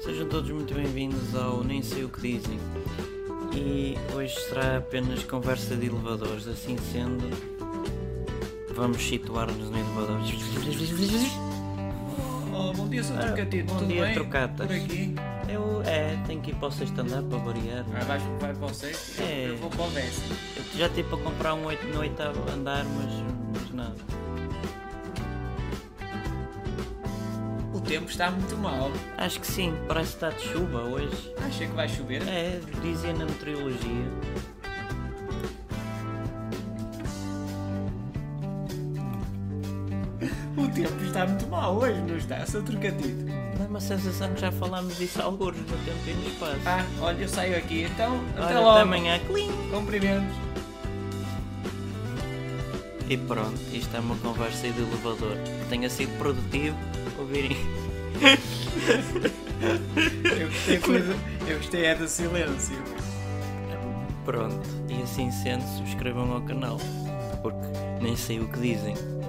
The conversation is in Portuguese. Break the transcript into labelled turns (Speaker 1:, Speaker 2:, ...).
Speaker 1: Sejam todos muito bem-vindos ao Nem Sei O Que Dizem. E hoje será apenas conversa de elevadores, assim sendo, vamos situar-nos no elevador.
Speaker 2: Oh, bom dia, seu trocatito.
Speaker 1: Ah, bom
Speaker 2: Tudo
Speaker 1: dia,
Speaker 2: bem?
Speaker 1: trocatas.
Speaker 2: Por aqui.
Speaker 1: Eu, é, tenho que ir para o sexto andar para variar.
Speaker 2: Vai, vai, vai Ah, para o sexto?
Speaker 1: É.
Speaker 2: Eu vou para o décimo.
Speaker 1: Eu já tive para comprar um oito no oitavo andar, mas, mas não.
Speaker 2: O tempo está muito mal.
Speaker 1: Acho que sim, parece que está de chuva hoje.
Speaker 2: Acha que vai chover?
Speaker 1: É, dizia na meteorologia.
Speaker 2: O tempo está muito mal hoje, não está, seu trocatito?
Speaker 1: Dá é uma sensação que já falámos disso há alguns no tempo e no espaço.
Speaker 2: Ah, olha, eu saio aqui. Então, até
Speaker 1: Olha,
Speaker 2: logo.
Speaker 1: até amanhã, clean!
Speaker 2: Cumprimentos.
Speaker 1: E pronto, isto é uma conversa de elevador. Que tenha sido produtivo ouvirem.
Speaker 2: Eu gostei, foi do- eu gostei é do silêncio.
Speaker 1: Pronto, e assim sendo, subscrevam ao canal. Porque nem sei o que dizem.